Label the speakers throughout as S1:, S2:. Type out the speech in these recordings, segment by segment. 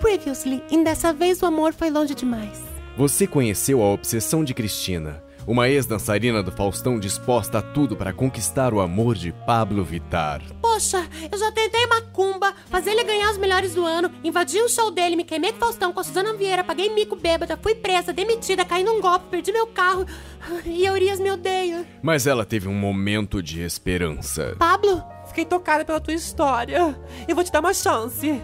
S1: Previously, e dessa vez o amor foi longe demais.
S2: Você conheceu a obsessão de Cristina, uma ex-dançarina do Faustão disposta a tudo para conquistar o amor de Pablo Vitar.
S1: Poxa, eu já tentei macumba, fazer ele ganhar os melhores do ano, invadi o show dele, me queimei com o Faustão, com a Suzana Vieira, paguei mico bêbada, fui presa, demitida, caí num golpe, perdi meu carro e a Urias me odeia.
S2: Mas ela teve um momento de esperança.
S1: Pablo?
S3: Fiquei tocada pela tua história. Eu vou te dar uma chance.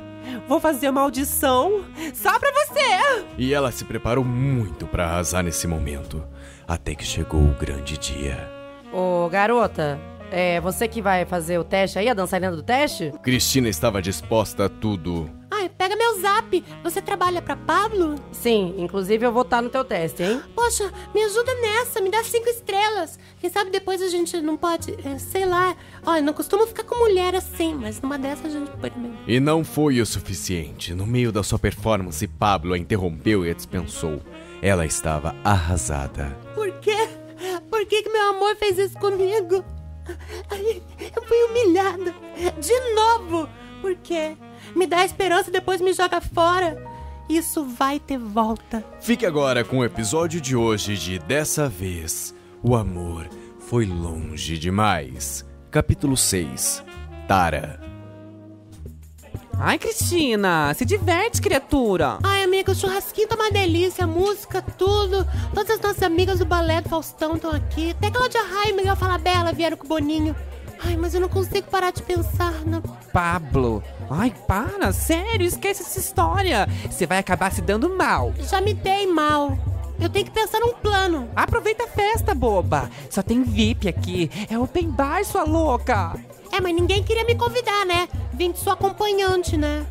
S3: Vou fazer uma audição só pra você!
S2: E ela se preparou muito para arrasar nesse momento, até que chegou o grande dia.
S4: Ô, garota, é você que vai fazer o teste aí, a dançarina do teste?
S2: Cristina estava disposta a tudo.
S1: Ai, pega meu zap! Você trabalha pra Pablo?
S4: Sim, inclusive eu vou estar no teu teste, hein?
S1: Poxa, me ajuda nessa, me dá cinco estrelas. Quem sabe depois a gente não pode, é, sei lá. Olha, não costumo ficar com mulher assim, mas numa dessa a gente pode mesmo.
S2: E não foi o suficiente. No meio da sua performance, Pablo a interrompeu e a dispensou. Ela estava arrasada.
S1: Por quê? Por que, que meu amor fez isso comigo? Ai, eu fui humilhada. De novo! Por quê? Me dá esperança e depois me joga fora. Isso vai ter volta.
S2: Fique agora com o episódio de hoje de Dessa Vez, o amor foi longe demais. Capítulo 6, Tara.
S3: Ai, Cristina, se diverte, criatura!
S1: Ai, amiga, o churrasquinho tá uma delícia, a música, tudo. Todas as nossas amigas do balé do Faustão estão aqui. Até Cláudia Raia e Miguel Falabella vieram com o Boninho. Ai, mas eu não consigo parar de pensar na...
S3: Pablo! Ai, para! Sério, esquece essa história! Você vai acabar se dando mal!
S1: Já me dei mal. Eu tenho que pensar num plano.
S3: Aproveita a festa, boba! Só tem VIP aqui! É open bar, sua louca!
S1: É, mas ninguém queria me convidar, né? Vim de sua acompanhante, né?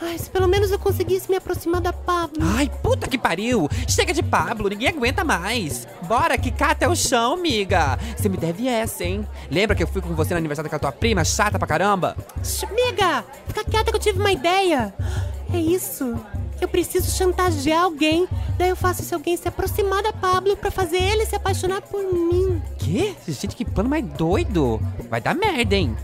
S1: Ai, se pelo menos eu conseguisse me aproximar da Pablo.
S3: Ai, puta que pariu! Chega de Pablo, ninguém aguenta mais! Bora quicar até o chão, miga! Você me deve essa, hein? Lembra que eu fui com você no aniversário daquela tua prima chata pra caramba?
S1: Shh, Amiga, fica quieta que eu tive uma ideia. É isso. Eu preciso chantagear alguém. Daí eu faço se alguém se aproximar da Pablo pra fazer ele se apaixonar por mim.
S3: Que? Gente, que plano mais doido! Vai dar merda, hein?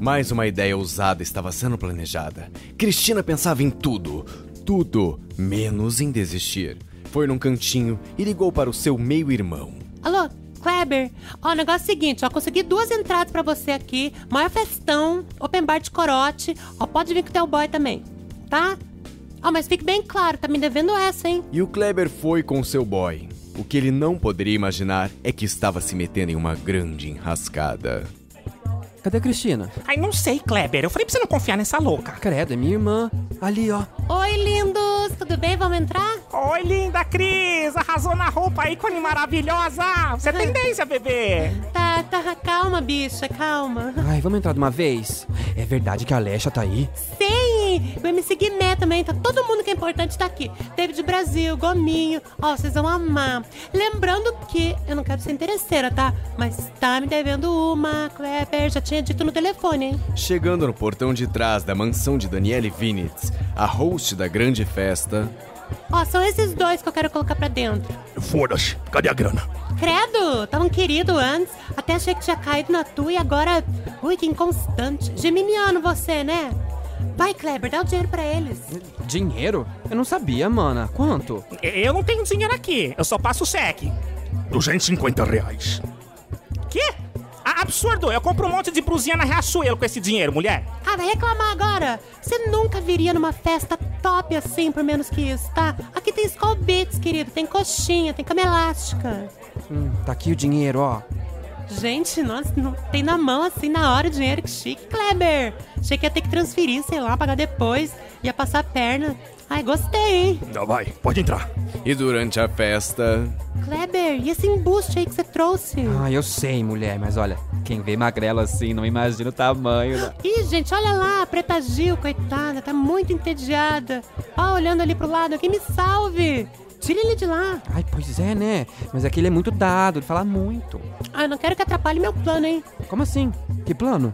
S2: Mais uma ideia ousada estava sendo planejada. Cristina pensava em tudo, tudo, menos em desistir. Foi num cantinho e ligou para o seu meio-irmão.
S1: Alô, Kleber? Ó, o negócio é o seguinte, ó, consegui duas entradas pra você aqui. Maior festão, open bar de corote. Ó, pode vir com o teu boy também, tá? Ó, mas fique bem claro, tá me devendo essa, hein?
S2: E o Kleber foi com seu boy. O que ele não poderia imaginar é que estava se metendo em uma grande enrascada.
S3: Cadê a Cristina?
S5: Ai, não sei, Kleber. Eu falei pra você não confiar nessa louca.
S3: Credo, é minha irmã. Ali, ó.
S1: Oi, lindos! Tudo bem? Vamos entrar?
S5: Oi, linda Cris! Arrasou na roupa, ícone maravilhosa! Você é tendência, bebê!
S1: Tá, tá, calma, bicha, calma.
S3: Ai, vamos entrar de uma vez? É verdade que a Alexa tá aí?
S1: Sim! O MC Guimé também, tá todo mundo que é importante tá aqui. David Brasil, Gominho, ó, vocês vão amar. Lembrando que, eu não quero ser interesseira, tá? Mas tá me devendo uma, Kleber, já tinha dito no telefone, hein?
S2: Chegando no portão de trás da mansão de Daniele Vinitz, a host da grande festa,
S1: Ó, são esses dois que eu quero colocar pra dentro.
S6: Foda-se, cadê a grana?
S1: Credo, tava um querido antes, até achei que tinha caído na tua e agora... Ui, que inconstante. Geminiano você, né? Vai, Kleber, dá o dinheiro pra eles.
S3: Dinheiro? Eu não sabia, mana. Quanto?
S5: Eu não tenho dinheiro aqui. Eu só passo o cheque.
S6: 250 reais.
S5: Quê? Ah, absurdo! Eu compro um monte de brusinha na Riachuelo com esse dinheiro, mulher.
S1: Ah, vai reclamar agora? Você nunca viria numa festa top assim por menos que isso, tá? Aqui tem Skull Beats, querido, tem coxinha, tem cama elástica.
S3: Hum, tá aqui o dinheiro, ó.
S1: Gente, nossa, não tem na mão assim na hora o dinheiro, que chique, Kleber. Achei que ia ter que transferir, sei lá, pagar depois, ia passar a perna. Ai, gostei, hein?
S6: Não vai, pode entrar.
S2: e durante a festa,
S1: Kleber, e esse embuste aí que você trouxe?
S3: Ah, eu sei, mulher, mas olha, quem vê magrelo assim não imagina o tamanho. né? da-
S1: Ih, gente, olha lá, a Preta Gil, coitada, tá muito entediada. Ó, olhando ali pro lado, alguém me salve. Tire ele de lá.
S3: Ai, pois é, né? Mas aqui ele é muito dado, ele fala muito.
S1: Ah, eu não quero que atrapalhe meu plano, hein?
S3: Como assim? Que plano?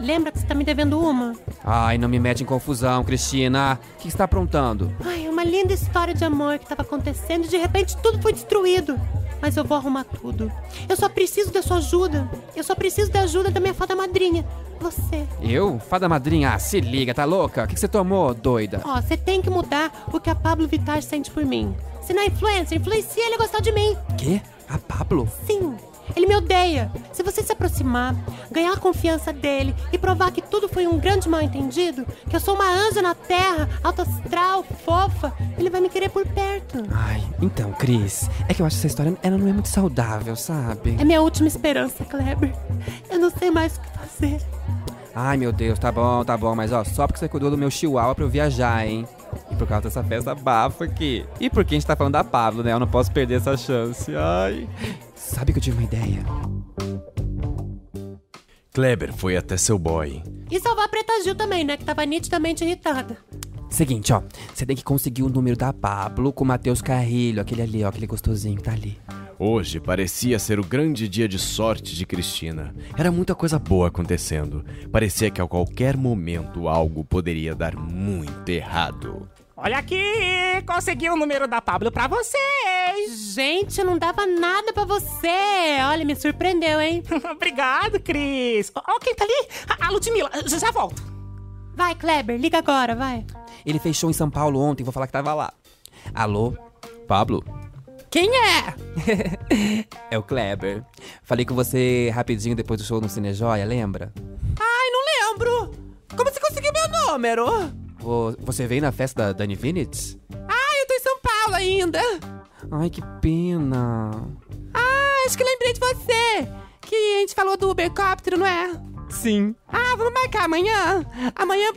S1: Lembra que você tá me devendo uma?
S3: Ai, não me mete em confusão, Cristina. O que que você tá aprontando?
S1: é Ai, uma linda história de amor que tava acontecendo e de repente tudo foi destruído. mas eu vou arrumar tudo. Eu só preciso da sua ajuda. Eu só preciso da ajuda da minha fada madrinha. Você.
S3: Eu? Fada madrinha, ah, se liga, tá louca? O que que você tomou, doida?
S1: Ó, você tem que mudar o que a Pablo Vittar sente por mim. Se não é influencer, influencia ele a gostar de mim.
S3: Quê? A Pablo?
S1: Sim, ele me odeia. Se você se aproximar, ganhar a confiança dele e provar que tudo foi um grande mal-entendido, que eu sou uma anja na terra, alto astral, fofa, ele vai me querer por perto.
S3: Ai, então, Cris, é que eu acho que essa história ela não é muito saudável, sabe?
S1: É minha última esperança, Kleber. Eu não sei mais o que fazer.
S3: Ai, meu Deus, tá bom, tá bom, mas ó, só porque você cuidou do meu chihuahua pra eu viajar, hein? E por causa dessa festa bafa aqui. E porque a gente tá falando da Pablo, né? Eu não posso perder essa chance. Ai. Sabe que eu tive uma ideia?
S2: Kleber foi até seu boy.
S1: E salvar a Preta Gil também, né? Que tava nitidamente irritada.
S3: Seguinte, ó. Você tem que conseguir o número da Pablo com o Matheus Carrilho, aquele ali, ó, aquele gostosinho que tá ali.
S2: Hoje parecia ser o grande dia de sorte de Cristina. Era muita coisa boa acontecendo. Parecia que a qualquer momento algo poderia dar muito errado.
S5: Olha aqui, consegui o número da Pablo pra vocês.
S1: Gente, eu não dava nada pra você. Olha, me surpreendeu, hein?
S5: Obrigado, Cris. Ó, ó quem tá ali? A- A Ludmilla. Já, já volto.
S1: Vai, Kleber, liga agora, vai.
S3: Ele fechou em São Paulo ontem, vou falar que tava lá. Alô? Pablo? Quem é? é o Kleber. Falei com você rapidinho depois do show no Cinejoia, lembra? Ai, não lembro! Como você conseguiu meu número? Você veio na festa da, da Infinity? Ai, eu tô em São Paulo ainda! Ai, que pena. Ah, acho que lembrei de você! Que a gente falou do Ubercóptero, não é? Sim. Ah, vamos marcar amanhã. Amanhã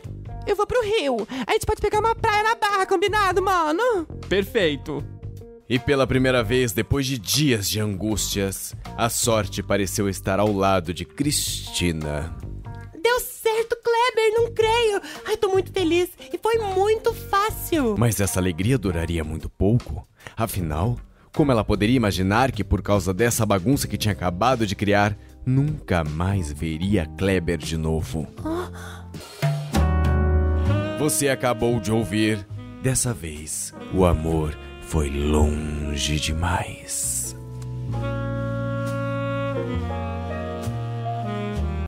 S3: eu vou pro Rio. A gente pode pegar uma praia na barra, combinado, mano? Perfeito.
S2: E pela primeira vez, depois de dias de angústias, a sorte pareceu estar ao lado de Cristina.
S1: Deu certo, Kleber, não creio. Ai, tô muito feliz e foi muito fácil.
S2: Mas essa alegria duraria muito pouco. Afinal, como ela poderia imaginar que por causa dessa bagunça que tinha acabado de criar, nunca mais veria Kleber de novo? Você acabou de ouvir. Dessa vez, o amor foi longe demais.